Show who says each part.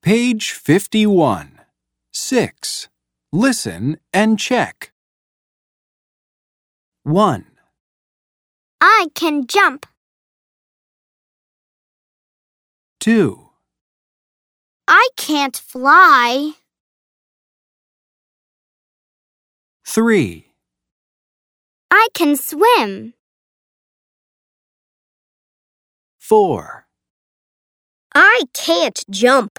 Speaker 1: Page 51. 6. Listen and check. 1,
Speaker 2: I can jump.
Speaker 1: 2,
Speaker 2: I can't fly.
Speaker 1: 3,
Speaker 2: I can swim.
Speaker 1: 4,
Speaker 2: I can't jump.